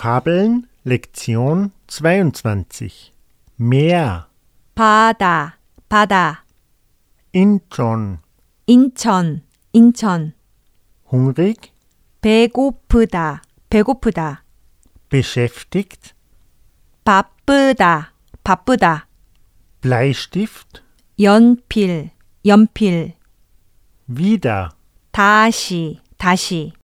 Vokabeln Lektion 22 Meer 바다, 바다, Incheon 인천, 인천, hungrig 배고프다, 배고프다, beschäftigt 바쁘다, 바쁘다, Bleistift 연필, 연필, wieder 다시, 다시.